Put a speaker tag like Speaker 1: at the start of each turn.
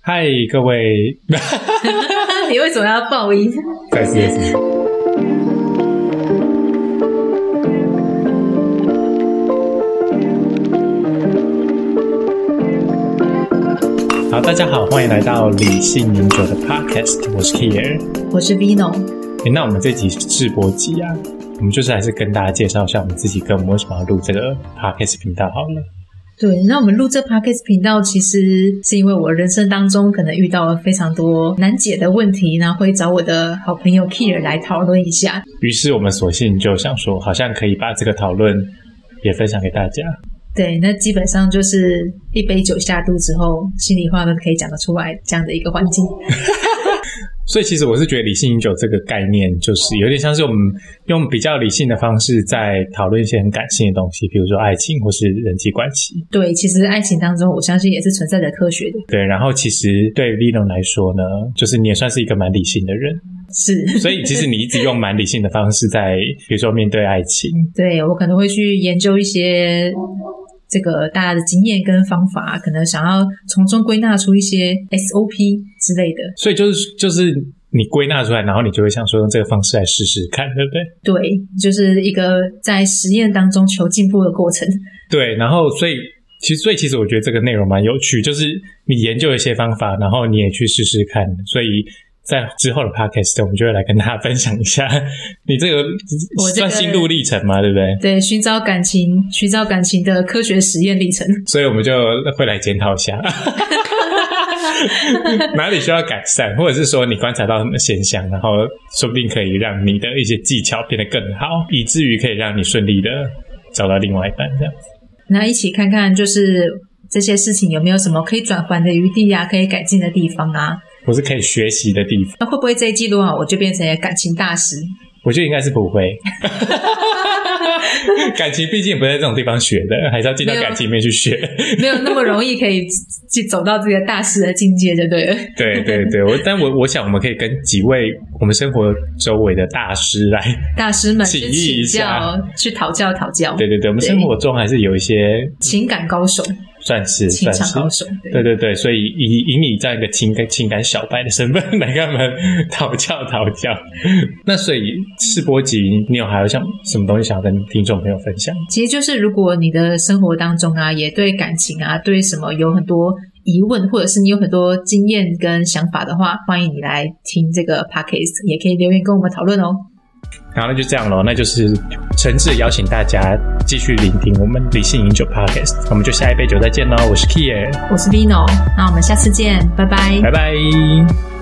Speaker 1: 嗨，各位，
Speaker 2: 你为什么要爆音？
Speaker 1: 再次再次，好，大家好，欢迎来到理性饮酒的 Podcast，我是 Kier。
Speaker 2: 我是 Vino，
Speaker 1: 诶那我们这集是试播集啊，我们就是还是跟大家介绍一下我们自己跟我们为什么要录这个 Podcast 频道好了。
Speaker 2: 对，那我们录这 podcast 频道，其实是因为我人生当中可能遇到了非常多难解的问题，然后会找我的好朋友 Kier 来讨论一下。
Speaker 1: 于是我们索性就想说，好像可以把这个讨论也分享给大家。
Speaker 2: 对，那基本上就是一杯酒下肚之后，心里话都可以讲得出来这样的一个环境。
Speaker 1: 所以其实我是觉得理性饮酒这个概念，就是有点像是我们用比较理性的方式在讨论一些很感性的东西，比如说爱情或是人际关系。
Speaker 2: 对，其实爱情当中，我相信也是存在着科学的，
Speaker 1: 对，然后其实对 Vino 来说呢，就是你也算是一个蛮理性的人，
Speaker 2: 是。
Speaker 1: 所以其实你一直用蛮理性的方式在，比如说面对爱情，
Speaker 2: 对我可能会去研究一些这个大家的经验跟方法，可能想要从中归纳出一些 SOP 之类的。
Speaker 1: 所以就是就是你归纳出来，然后你就会想说用这个方式来试试看，对不对？
Speaker 2: 对，就是一个在实验当中求进步的过程。
Speaker 1: 对，然后所以其实所以其实我觉得这个内容蛮有趣，就是你研究一些方法，然后你也去试试看，所以。在之后的 podcast，我们就会来跟大家分享一下你这个
Speaker 2: 我这个
Speaker 1: 算心路历程嘛，对不对？
Speaker 2: 对，寻找感情，寻找感情的科学实验历程。
Speaker 1: 所以我们就会来检讨一 下哪里需要改善，或者是说你观察到什么现象，然后说不定可以让你的一些技巧变得更好，以至于可以让你顺利的找到另外一半这样。
Speaker 2: 那一起看看，就是这些事情有没有什么可以转圜的余地啊，可以改进的地方啊？
Speaker 1: 我是可以学习的地方，
Speaker 2: 那会不会这一季录好，我就变成了感情大师？
Speaker 1: 我觉得应该是不会。 感情毕竟不在这种地方学的，还是要进到
Speaker 2: 没有
Speaker 1: 感情里面去 学。
Speaker 2: 没有那么容易可以去走到这个大师的境界，就 对了。
Speaker 1: 对对对，我但我我想我们可以跟几位我们生活周围的大师 来，
Speaker 2: 大师们去
Speaker 1: 请益一
Speaker 2: 请教
Speaker 1: 下，
Speaker 2: 去讨教讨教，
Speaker 1: 对对对，我们
Speaker 2: 对
Speaker 1: 生活中还是有一些
Speaker 2: 情感高手，
Speaker 1: 算是
Speaker 2: 情
Speaker 1: 算
Speaker 2: 场
Speaker 1: 是
Speaker 2: 高手，
Speaker 1: 对对对，所以以以你这样一个情感情感小白的身份 来跟他们讨教讨教。那所以世博集，你有还有像什么东西想要跟听众朋友分享？
Speaker 2: 其实就是如果你的生活当中啊，也对感情啊，对什么有很多疑问，或者是你有很多经验跟想法的话，欢迎你来听这个 podcast，也可以留言跟我们讨论哦。
Speaker 1: 好，那就这样咯，那就是诚挚邀请大家继续聆听我们理性饮酒 Podcast，我们就下一杯酒再见喽。我是 Kier，
Speaker 2: 我是 Vino，那我们下次见，拜拜
Speaker 1: 拜拜。